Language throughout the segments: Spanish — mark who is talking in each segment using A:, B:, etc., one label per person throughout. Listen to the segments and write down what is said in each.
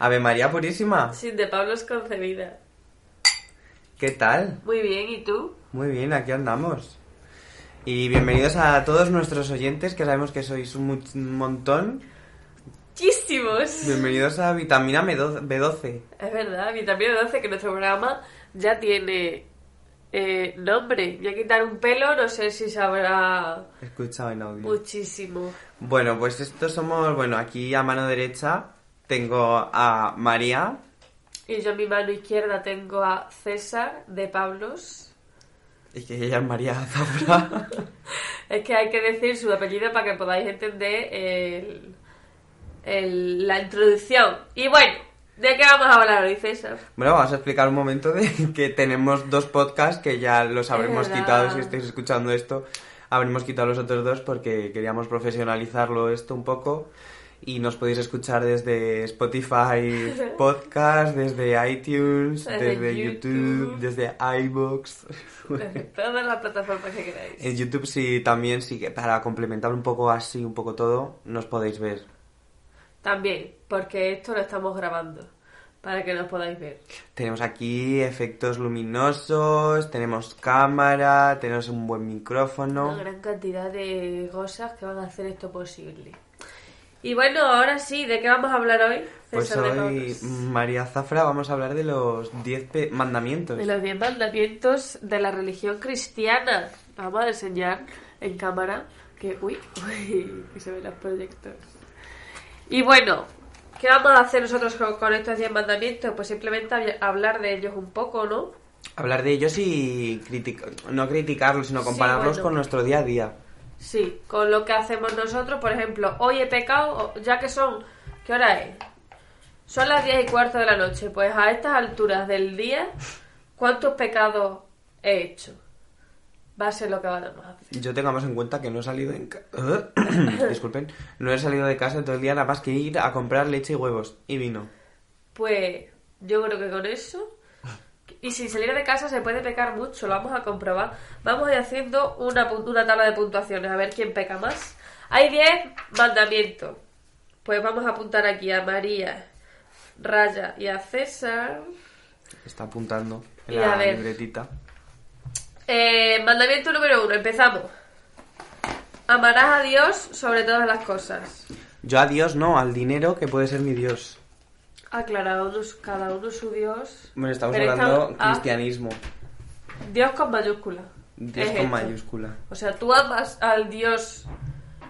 A: Ave María Purísima,
B: Sí, de Pablo es concebida.
A: ¿qué tal?
B: Muy bien, ¿y tú?
A: Muy bien, aquí andamos. Y bienvenidos a todos nuestros oyentes, que sabemos que sois un much- un montón.
B: ¡Muchísimos!
A: Bienvenidos a Vitamina B12. B12.
B: Es verdad, vitamina 12, que nuestro programa ya tiene eh, nombre. Voy a quitar un pelo, no sé si sabrá
A: Escuchado en audio.
B: muchísimo.
A: Bueno, pues estos somos, bueno, aquí a mano derecha tengo a María,
B: Y yo en mi mano izquierda tengo a César de Pablos.
A: y que ella es María Zafra.
B: Es que hay que decir su apellido para que podáis entender el- el- la introducción. Y bueno, ¿de qué vamos a hablar hoy, César?
A: bueno, vamos a explicar un momento de que tenemos dos podcasts que ya los habremos
B: verdad.
A: quitado, si estáis escuchando esto, habremos quitado los otros dos porque queríamos profesionalizarlo esto un poco. Y nos podéis escuchar desde Spotify Podcast, desde iTunes,
B: Desde
A: desde, YouTube,
B: YouTube.
A: desde iBooks.
B: Todas las plataformas que queráis.
A: En YouTube sí también sí que para complementar un poco así un poco todo nos podéis ver.
B: También, porque esto lo estamos grabando para que nos podáis ver.
A: Tenemos aquí efectos luminosos, tenemos cámara, tenemos un buen micrófono.
B: Una gran cantidad de cosas que van a hacer esto posible. Y bueno, ahora sí, ¿de qué vamos a hablar hoy?
A: Pues
B: César de
A: hoy mm,
B: Pablos?
A: María Zafra vamos a hablar de los 10 pe- mandamientos.
B: de los diez mandamientos de la religión cristiana. Vamos a enseñar en cámara que, uy, uy, que se ven los proyectos. Y bueno, ¿qué vamos a hacer nosotros con, con estos diez mandamientos? Pues simplemente hab- hablar de ellos un poco, ¿no?
A: Hablar de ellos y critic- no criticarlos, sino
B: Sí,
A: compararlos
B: bueno.
A: con nuestro día a día.
B: Sí, con lo que hacemos nosotros, por ejemplo, hoy he pecado, o- ya que son, ¿qué hora es? Son las 10 y cuarto de la noche, pues a estas alturas del día, ¿cuántos pecados he hecho? Va a ser lo que vamos a hacer.
A: Yo tengamos en cuenta que no he salido en ca- Disculpen, no he salido de casa todo el día nada más que ir a comprar leche y huevos y vino.
B: Pues yo creo que con eso. Y sin salir de casa se puede pecar mucho, lo vamos a comprobar. Vamos a ir haciendo una, pun- una tabla de puntuaciones, a ver quién peca más. Hay 10 mandamientos. Pues vamos a apuntar aquí a María, Raya y a César.
A: Está apuntando en
B: Y
A: la
B: a ver.
A: libretita.
B: Eh, mandamiento número uno, empezamos. Amarás a Dios sobre todas las cosas.
A: Yo a Dios no, al dinero que puede ser mi Dios.
B: Aclarados cada uno su Dios.
A: Bueno, estamos
B: Pero
A: hablando
B: estamos ah, a
A: cristianismo.
B: Dios con mayúscula.
A: Dios
B: Es
A: con
B: esto.
A: mayúscula.
B: O sea, tú amas al Dios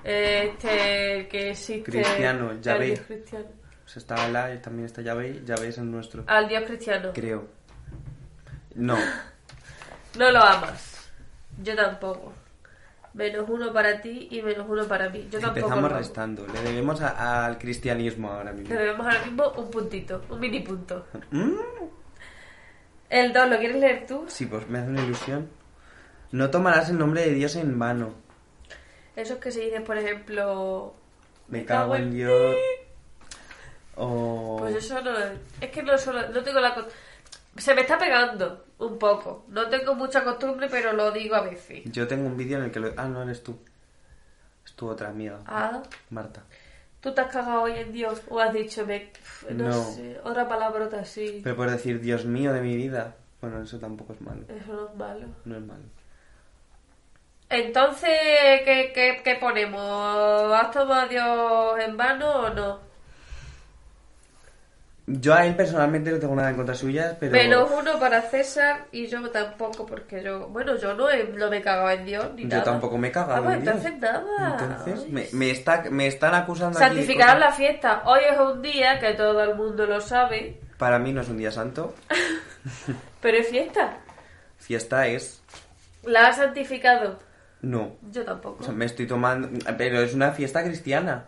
B: eh, este que existe.
A: Cristiano, ya
B: al
A: ve.
B: Dios cristiano.
A: O sea, está la, también está Yahvé, Yahvé es el nuestro.
B: Al Dios cristiano.
A: Creo. No.
B: No lo amas. Yo tampoco. Menos uno para ti y menos uno para mí. Yo tampoco.
A: Empezamos
B: lo amo.
A: restando. Le debemos a- al cristianismo ahora
B: Le
A: mismo.
B: debemos ahora mismo un puntito, un mini punto.
A: Mm,
B: El 2, ¿lo quieres leer tú?
A: Sí, pues me hace una ilusión. No tomarás el nombre de Dios en vano.
B: Esos que se dicen, por ejemplo.
A: Me cago en Dios. O...
B: Pues eso no lo- Es que no, solo, no tengo la. cos- Se me está pegando un poco. No tengo mucha costumbre, pero lo digo a veces.
A: Yo tengo un vídeo en el que lo... Ah, no, eres tú. Es tu otra amiga.
B: Ah.
A: Marta.
B: ¿Tú te has cagado hoy en Dios o has dicho, me, pf, no,
A: No.
B: sé, otra palabrota así?
A: Pero puedes decir, Dios mío de mi vida. Bueno, eso tampoco es malo.
B: Eso no es malo.
A: No es malo.
B: Entonces, ¿qué, qué, qué ponemos? ¿Has tomado a Dios en vano o no?
A: Yo a él personalmente no tengo nada en contra suyas, pero...
B: Menos uno para César y yo tampoco, porque yo, bueno, yo no, he- no me he cagado en Dios ni
A: Yo
B: nada.
A: tampoco me he cagado
B: Vamos,
A: en Dios.
B: entonces nada.
A: Entonces,
B: pues Ay,
A: me, me está, me están acusando aquí de
B: Santificaron
A: cosas-
B: la fiesta. Hoy es un día que todo el mundo lo sabe,
A: Para mí no es un día santo.
B: pero es fiesta.
A: Fiesta es...
B: La has santificado.
A: No.
B: Yo tampoco.
A: O sea, me estoy tomando... Pero es una fiesta cristiana.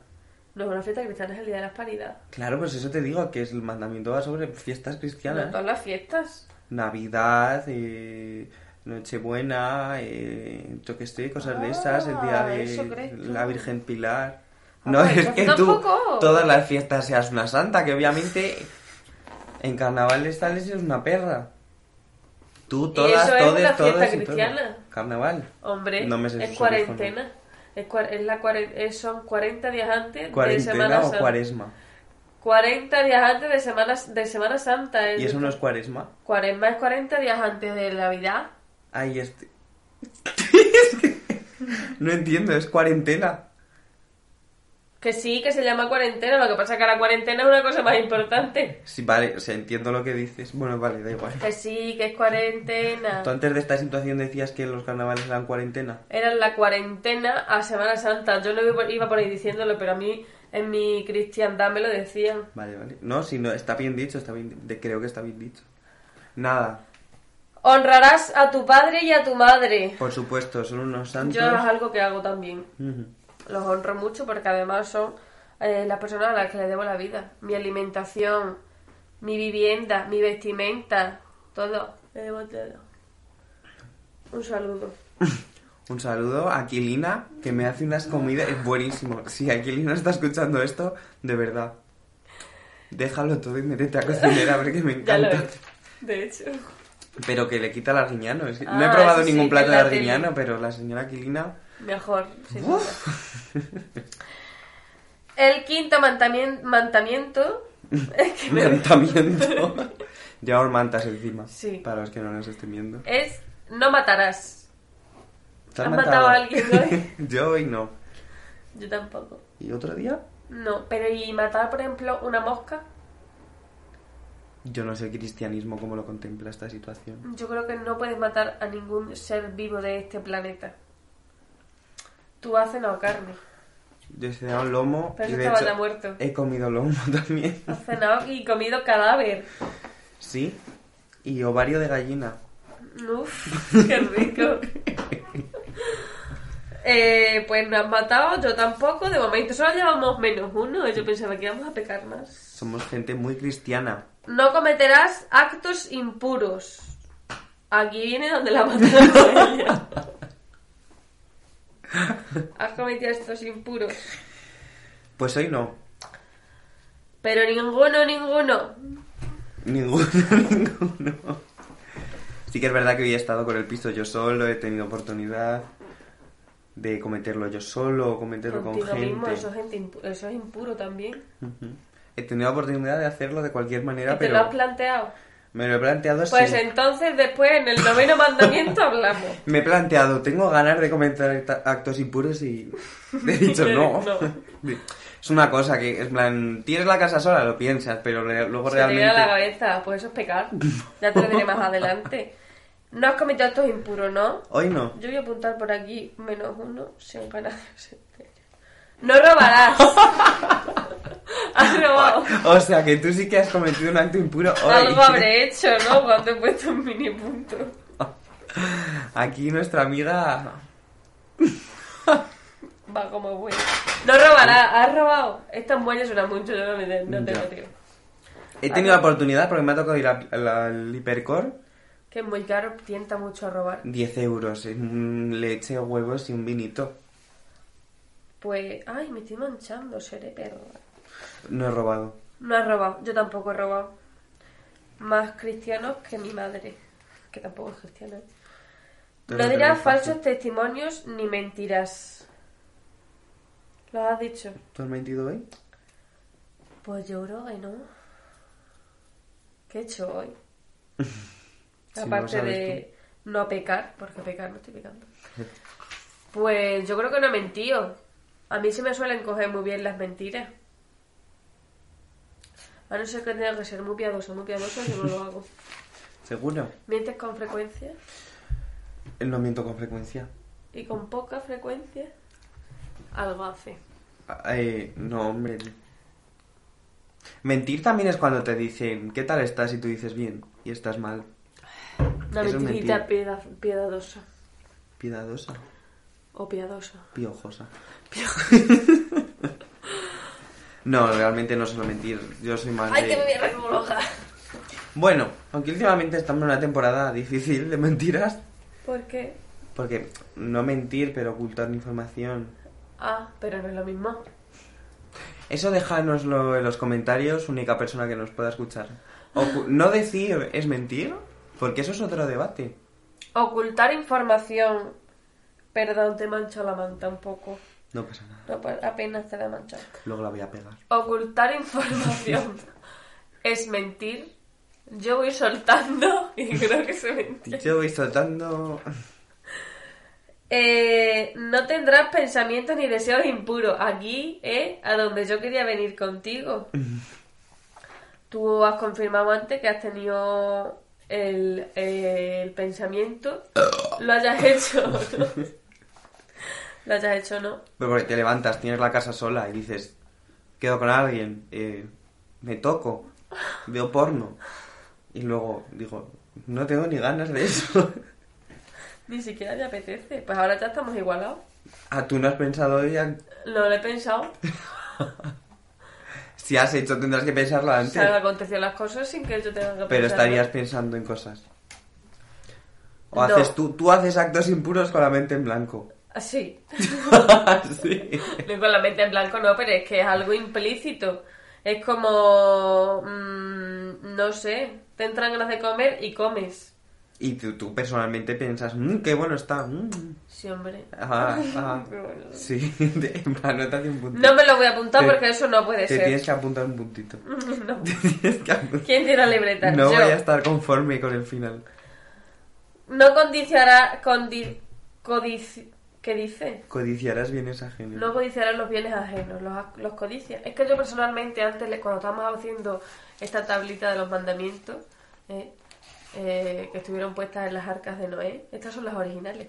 B: No es una fiesta cristiana, es el Día de la Hispanidad.
A: Claro, pues eso te digo, que es el mandamiento va sobre fiestas
B: No
A: cristianas.
B: todas las fiestas.
A: Navidad, eh, Nochebuena, eh, yo que sé, cosas de esas, el día
B: Ah, eso
A: de
B: crees tú.
A: la Virgen Pilar.
B: Ah,
A: No,
B: pues
A: es que tú
B: tampoco.
A: todas las fiestas seas una santa, que obviamente en carnavales tales eres una perra. Tú, todas,
B: eso es
A: todes,
B: una fiesta
A: todas y
B: cristiana?
A: todo. Carnaval.
B: Hombre,
A: No me sé
B: es
A: su
B: cuarentena. Es cua- es la cuaren- eh, son 40 días antes de
A: ¿Cuarentena
B: Semana
A: o
B: Santa.
A: cuaresma?
B: 40 días antes de Semana, de semana Santa.
A: ¿Y eso no es cuaresma?
B: Cuaresma es 40 días antes de Navidad.
A: Ay, este... no entiendo, es cuarentena.
B: Que sí, que se llama cuarentena. Lo que pasa es que la cuarentena es una cosa más importante.
A: Sí, vale, o sea, entiendo lo que dices. Bueno, vale, da igual.
B: Que sí, que es cuarentena.
A: Tú antes de esta situación decías que los carnavales eran cuarentena.
B: Era la cuarentena a Semana Santa. Yo no iba por ahí diciéndolo, pero a mí en mi cristiandad me lo decían.
A: Vale, vale. No, si no, está bien dicho, está bien, di- de- creo que está bien dicho. Nada,
B: Honrarás a tu padre y a tu madre.
A: por supuesto, son unos santos.
B: Yo es algo que hago también.
A: Ujú.
B: Los honro mucho porque además son eh, las personas a las que les debo la vida. Mi alimentación, mi vivienda, mi vestimenta, todo. Le debo todo. Un saludo.
A: Un saludo a Aquilina, que me hace unas comidas. Es buenísimo. Si Aquilina está escuchando esto, de verdad. Déjalo todo y métete a cocinar a ver que me
B: Ya lo
A: encanta.
B: es. De hecho.
A: Pero que le quita el arguiñano. es que- no he
B: Ah,
A: probado
B: eso sí,
A: ningún
B: que
A: plato de
B: la tele.
A: arguiñano, pero la señora Aquilina.
B: Mejor. sin duda.
A: ¡Uf!
B: El quinto mantamien- mandamiento. es que me-
A: Mantamiento. Llevamos mantas encima.
B: Sí.
A: Para los que no nos estén viendo.
B: es no matarás.
A: ¿Te
B: ¿Has matado a alguien hoy?
A: Yo hoy no.
B: Yo tampoco.
A: ¿Y otro día?
B: No, pero y matar, por ejemplo, una mosca.
A: Yo no sé el cristianismo cómo lo contempla esta situación.
B: Yo creo que no puedes matar a ningún ser vivo de este planeta. Tú haces no carne.
A: Yo he cenado lomo.
B: Pero
A: y
B: eso
A: de
B: estaba
A: hecho,
B: ya muerto.
A: He comido lomo también.
B: Has cenado y comido cadáver.
A: Sí. Y ovario de gallina.
B: Uf, qué rico. Eh, pues no has matado, yo tampoco. De momento solo llevamos menos uno. Yo pensaba que íbamos a pecar más.
A: Somos gente muy cristiana.
B: No cometerás actos impuros. Aquí viene donde la batalla. Has cometido actos impuros.
A: Pues hoy no.
B: Pero ninguno, ninguno.
A: Ninguno, ninguno. Sí que es verdad que hoy he estado con el piso yo solo, he tenido oportunidad de cometerlo yo solo o cometerlo con
B: Contigo
A: gente.
B: mismo, eso es, gente impu- eso es impuro también.
A: Ujú. He tenido oportunidad de hacerlo de cualquier manera,
B: ¿Y ¿Te lo has
A: pero
B: planteado?
A: me lo he planteado
B: Pues
A: sí.
B: entonces después en el noveno mandamiento hablamos.
A: Me he planteado, tengo ganas de cometer ta- actos impuros y he dicho no.
B: No.
A: Es una cosa que, en plan, tienes la casa sola, lo piensas, pero re- luego
B: Se te viene
A: Pues realmente...
B: a la cabeza, pues eso es pecar. Ya te lo diré más adelante. No has cometido actos impuros, ¿no?
A: Hoy no.
B: Yo voy a apuntar por aquí menos uno sin ganar. sin perder. No robarás. Has robado.
A: O sea, que tú sí que has cometido un acto impuro hoy.
B: Algo habré hecho, ¿no? Cuando he puesto un mini punto.
A: Aquí nuestra amiga...
B: Va como bueno. No robarás. Has robado. Estas muelles suenan mucho. Yo no, me- no te
A: Ya.
B: lo digo.
A: He tenido la oportunidad porque me ha tocado ir a- a la- al hipercore.
B: Que es muy caro. Tienta mucho a robar.
A: 10 euros en un leche, huevos y un vinito.
B: Pues... Ay, me estoy manchando. Seré perra.
A: No he robado.
B: No he robado, yo tampoco he robado. Más cristianos que mi madre, que tampoco es cristiana.
A: Pero
B: No
A: no
B: dirás
A: tenés fácil.
B: falsos testimonios ni mentiras. ¿Lo has dicho?
A: ¿Tú has mentido hoy?
B: Pues yo creo que no. ¿Qué he hecho hoy?
A: Si no lo
B: Aparte
A: sabes
B: de no pecar, porque pecar no estoy pecando. Pues yo creo que no he mentido. A mí se me suelen coger muy bien las mentiras. A no ser que tenga que ser muy piadoso, muy piadoso, yo no lo hago.
A: ¿Seguro?
B: Mientes con frecuencia
A: No miento con frecuencia.
B: y con poca frecuencia, algo hace.
A: Ah, eh, no, hombre. Mentir también es cuando te dicen, ¿qué tal estás? Y tú dices, bien, y estás mal.
B: Una
A: Eso es
B: mentirita pieda- piadosa
A: Piadosa,
B: o piadosa.
A: piojosa. No, realmente no suelo mentir. Yo soy más
B: Ay,
A: de-
B: que me voy a reformular.
A: Bueno, aunque últimamente estamos en una temporada difícil de mentiras,
B: ¿Por qué?
A: porque no mentir, pero ocultar información.
B: Ah, pero no es lo mismo.
A: Eso dejárnoslo en los comentarios, única persona que nos pueda escuchar. Ocu- no decir es mentir, porque eso es otro debate.
B: Ocultar información. Perdón, te mancho la manta un poco.
A: No pasa nada,
B: No, pa- apenas te la he manchado.
A: luego la voy a pegar.
B: Ocultar información es mentir. Yo voy soltando y creo que se mentira.
A: Yo voy soltando...
B: Eh, no tendrás pensamientos ni deseos impuros. Aquí es a donde yo quería venir contigo. Tú has confirmado antes que has tenido el, el pensamiento. Lo hayas hecho. o ¿no? Lo hayas hecho, o ¿no?
A: Pero porque te levantas, tienes la casa sola y dices, quedo con alguien, eh, me toco, veo porno. Y luego digo, no tengo ni ganas de eso.
B: Ni siquiera te apetece. Pues ahora ya estamos igualados.
A: Ah, tú no has pensado ya.
B: No lo he pensado.
A: Si has hecho, tendrás que pensarlo
B: O
A: antes.
B: sea, me acontecieron las cosas sin que yo tenga que pensar.
A: Pero estarías pensando en cosas. O
B: No.
A: haces tú, tú haces actos impuros con la mente en blanco.
B: Así.
A: sí.
B: No, con la mente en blanco no, pero es que es algo implícito. Es como. mm, no sé. Te entran ganas de comer y comes.
A: Y tú, tú personalmente piensas, mmm, qué bueno está. mm".
B: Sí, hombre.
A: Ajá, ajá.
B: Qué bueno.
A: Sí, en plan, no te hace un puntito.
B: No me lo voy a apuntar
A: Te-
B: porque eso no puede
A: Te
B: ser.
A: tienes que apuntar un puntito.
B: No.
A: Te tienes que apuntar.
B: ¿Quién tiene la libreta?
A: No
B: Yo.
A: voy a estar conforme con el final.
B: No condicionará. Condi, codici- ¿Qué dice?
A: Codiciarás bienes ajenos.
B: No codiciarás los bienes ajenos, los, a- los codicias. Es que yo personalmente, antes, le- cuando estábamos haciendo esta tablita de los mandamientos, ¿eh? Eh, que estuvieron puestas en las arcas de Noé, estas son las originales.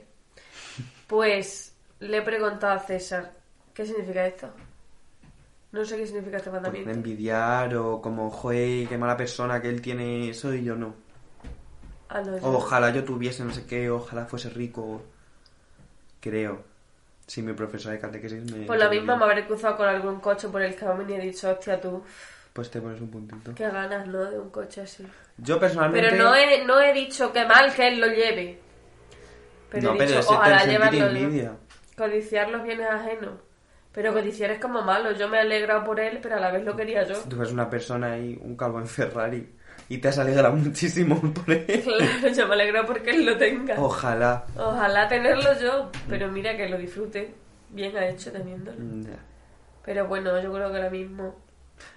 B: Pues le he preguntado a César, ¿qué significa esto? No sé qué significa este
A: Pues,
B: mandamiento.
A: envidiar o como, joder, qué mala persona que él tiene eso y yo no.
B: Ah, no, yo-
A: O ojalá yo tuviese no sé qué, ojalá fuese rico. Creo. Si mi profesora de catequesis me...
B: Por Pues la misma me habré cruzado con algún coche por el camino y he dicho, hostia tú,
A: Pues te pones un puntito.
B: qué ganas, ¿no? De un coche así.
A: Yo personalmente...
B: Pero no he, no he dicho que mal que él lo lleve. Pero
A: No,
B: he
A: pero
B: dicho,
A: ese te
B: ojalá
A: sentir
B: llevarlo.
A: envidia.
B: Codiciar los bienes ajenos. Pero codiciar es como malo. Yo me he alegrado por él, pero a la vez lo quería yo.
A: Tú eres una persona ahí, un calvo en Ferrari. Y te has alegrado muchísimo por él.
B: Claro, yo me alegro porque él lo tenga.
A: Oh. Ojalá.
B: Ojalá tenerlo yo, pero mira que lo disfrute. Bien ha hecho teniéndolo.
A: Mm, ya.
B: Pero bueno, yo creo que ahora mismo.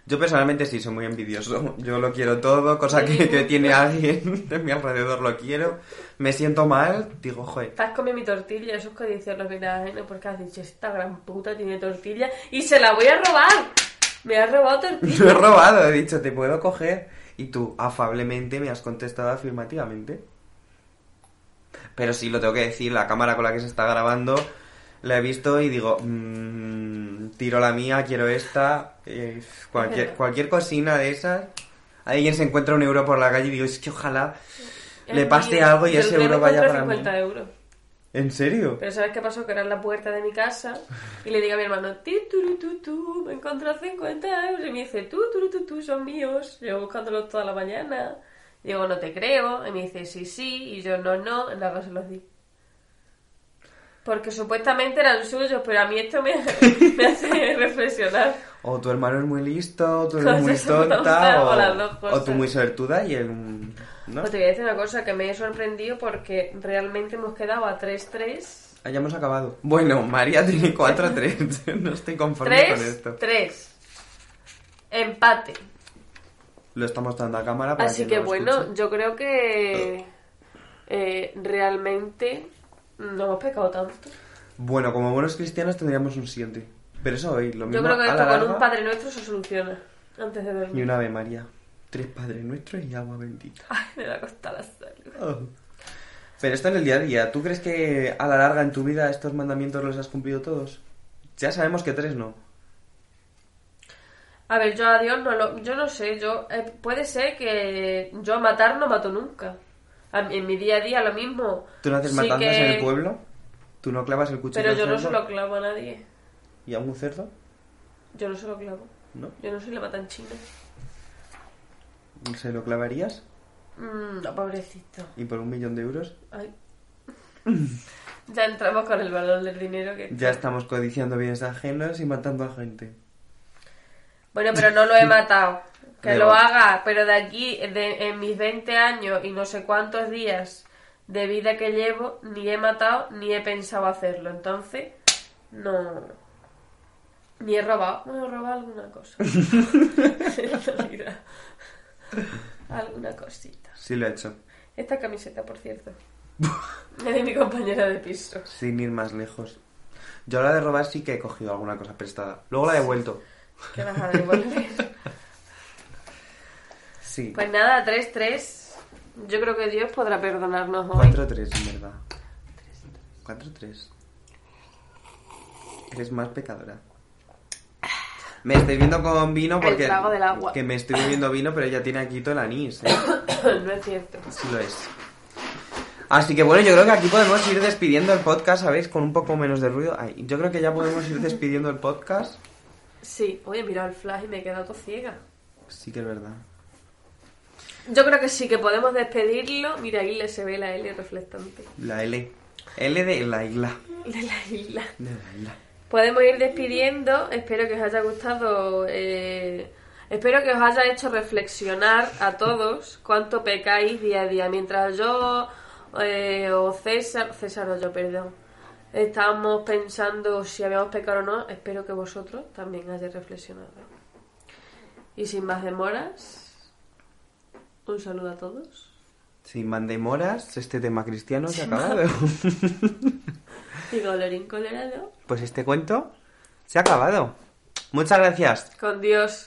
A: Yo personalmente sí soy muy envidioso. Yo lo quiero todo, cosa que, que tiene alguien de mi alrededor lo quiero. Me siento mal, digo, joder.
B: Estás comiendo mi tortilla, eso es codiciar los bienes ajenos, porque has dicho, esta gran puta tiene tortilla y se la voy a robar. Me ha robado tortilla.
A: Lo he robado, he dicho, te puedo coger. Y tú afablemente me has contestado afirmativamente. Pero sí, lo tengo que decir, la cámara con la que se está grabando la he visto y digo, mm, tiro la mía, quiero esta. eh, cualquier, cualquier cocina de esas. Alguien se encuentra un euro por la calle y digo, es que ojalá le
B: Es
A: pase
B: mío.
A: algo y
B: Yo
A: ese
B: el
A: euro
B: premio
A: vaya
B: contra
A: para mí.
B: 50 euros.
A: ¿En serio?
B: Pero ¿sabes qué pasó? Que era en la puerta de mi casa y le digo a mi hermano, ti, tu, tu, tu, me he encontrado 50 euros. Y me dice, tú, tú, tú, tú, son míos. Llevo buscándolos toda la mañana. Digo, no te creo. Y me dice, sí, sí. Y yo, no, no. Luego se los di. Porque supuestamente eran suyos, pero a mí esto me, me hace reflexionar.
A: O tu hermano es muy listo, o tú eres muy
B: Cosas tontas, o las dos
A: tonta, o,
B: cosas.
A: o tú muy suertuda y él... un- ¿No?
B: Pues te voy a decir una cosa que me he sorprendido porque realmente hemos quedado a 3-3.
A: Hayamos acabado. Bueno, María tiene 4-3. No estoy conforme con
B: 3,
A: esto.
B: 3. Empate.
A: Lo estamos dando a cámara para
B: Así
A: no
B: que
A: lo
B: bueno,
A: escuche.
B: yo creo que eh, realmente no hemos pecado tanto.
A: Bueno, como buenos cristianos tendríamos un 7. Pero eso hoy, lo
B: Yo
A: mismo
B: creo que
A: a
B: esto
A: la
B: con
A: larga
B: un Padre Nuestro se soluciona antes de
A: y
B: dormir.
A: una Ave María. Tres Padres Nuestros y agua bendita.
B: Ay, me va a costar la salud.
A: Oh. Pero esto en el día a día, ¿tú crees que a la larga en tu vida estos mandamientos los has cumplido todos? Ya sabemos que tres no.
B: A ver, yo a Dios no lo... Yo no sé, yo... eh, puede ser que yo a matar no mato nunca. A mí- en mi día a día lo mismo.
A: ¿Tú no haces
B: Sí
A: matanzas
B: que-
A: en el pueblo? ¿Tú no clavas el cuchillo
B: Pero
A: al
B: yo no se
A: cerdo?
B: lo clavo a nadie.
A: ¿Y a un cerdo?
B: Yo no se lo clavo.
A: ¿No?
B: Yo no soy la matanchina.
A: ¿Se lo clavarías?
B: Mm, no, pobrecito.
A: ¿Y por un millón de euros?
B: Ay. ya entramos con el valor del dinero que...
A: Ya estamos codiciando bienes ajenos y matando a gente.
B: Bueno, pero no lo he matado. Que
A: Me
B: lo
A: voy.
B: haga, pero de aquí, de- en mis 20 años y no sé cuántos días de vida que llevo, ni he matado ni he pensado hacerlo. Entonces, no. Ni he robado. Bueno, he robado alguna cosa. En realidad. alguna cosita.
A: Sí lo he hecho.
B: Esta camiseta, por cierto. Es de mi compañera de piso.
A: Sin ir más lejos. Yo a la de robar sí que he cogido alguna cosa prestada. Luego la he devuelto.
B: Que vas a devolver.
A: Sí.
B: Pues nada, 3-3. Yo creo que Dios podrá perdonarnos hoy.
A: 4-3, en verdad. 4-3. Eres más pecadora. Me estoy viendo con vino porque.
B: trago del agua.
A: Que me estoy bebiendo vino, pero ella tiene aquí todo el anís, ¿eh?
B: no es cierto.
A: Sí lo es. Así que bueno, yo creo que aquí podemos ir despidiendo el podcast, ¿sabéis? Con un poco menos de ruido. Ay, yo creo que ya podemos ir despidiendo el podcast.
B: Sí, oye, mira el flash y me he quedado todo ciega.
A: Sí que es verdad.
B: Yo creo que sí, que podemos despedirlo. Mira, ahí le se ve la L reflectante.
A: La L. L de la isla.
B: De la isla.
A: De la isla.
B: Podemos ir despidiendo. Espero que os haya gustado. eh, Espero que os haya hecho reflexionar a todos cuánto pecáis día a día. Mientras yo eh, o César, César o yo, perdón, estábamos pensando si habíamos pecado o no, espero que vosotros también hayáis reflexionado. Y sin más demoras, un saludo a todos.
A: Sin mandemoras, este tema cristiano se ha acabado.
B: Y colorín colorado,
A: Pues este cuento se ha acabado. Muchas gracias.
B: con Dios.